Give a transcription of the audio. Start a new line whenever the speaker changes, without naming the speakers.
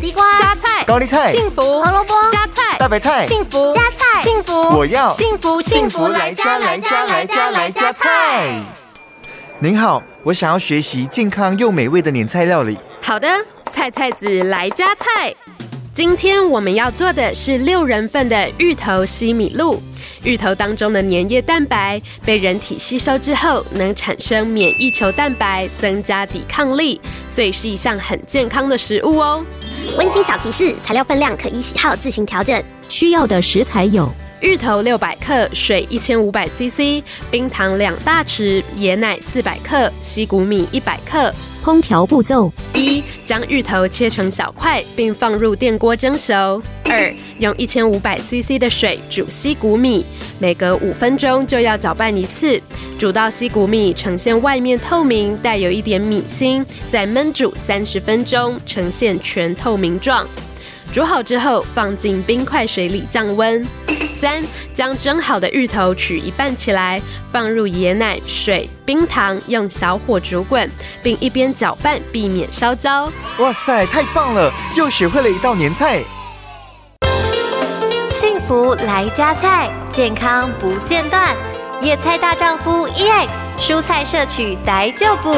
地瓜、
加菜、
高丽菜、
幸福、
胡萝卜、
加菜、
大白菜、
幸福、
加菜
幸福，
我要
幸福
哦幸福来家来家来家来家菜。。您好，我想要学习健康又美味的年菜料理。
好的，菜菜子来加菜。今天我们要做的是六人份的芋头西米露。芋头当中的粘液蛋白被人体吸收之后，能产生免疫球蛋白，增加抵抗力，所以是一项很健康的食物哦。
温馨小提示：材料分量可依喜好自行调整。
需要的食材有
芋头六百克，水一千五百 CC，冰糖两大匙，椰奶四百克，西谷米一百克。
烹调步骤：
一、将芋头切成小块，并放入电锅蒸熟。二、用一千五百 CC 的水煮西谷米，每隔五分钟就要搅拌一次，煮到西谷米呈现外面透明，带有一点米芯，再焖煮三十分钟，呈现全透明状。煮好之后放进冰块水里降温。三，将蒸好的芋头取一半起来，放入椰奶、水、冰糖，用小火煮滚，并一边搅拌，避免烧焦。
哇塞，太棒了，又学会了一道年菜。
幸福来加菜，健康 E 不间断。野菜大丈夫 EX 蔬菜摄取逮就补。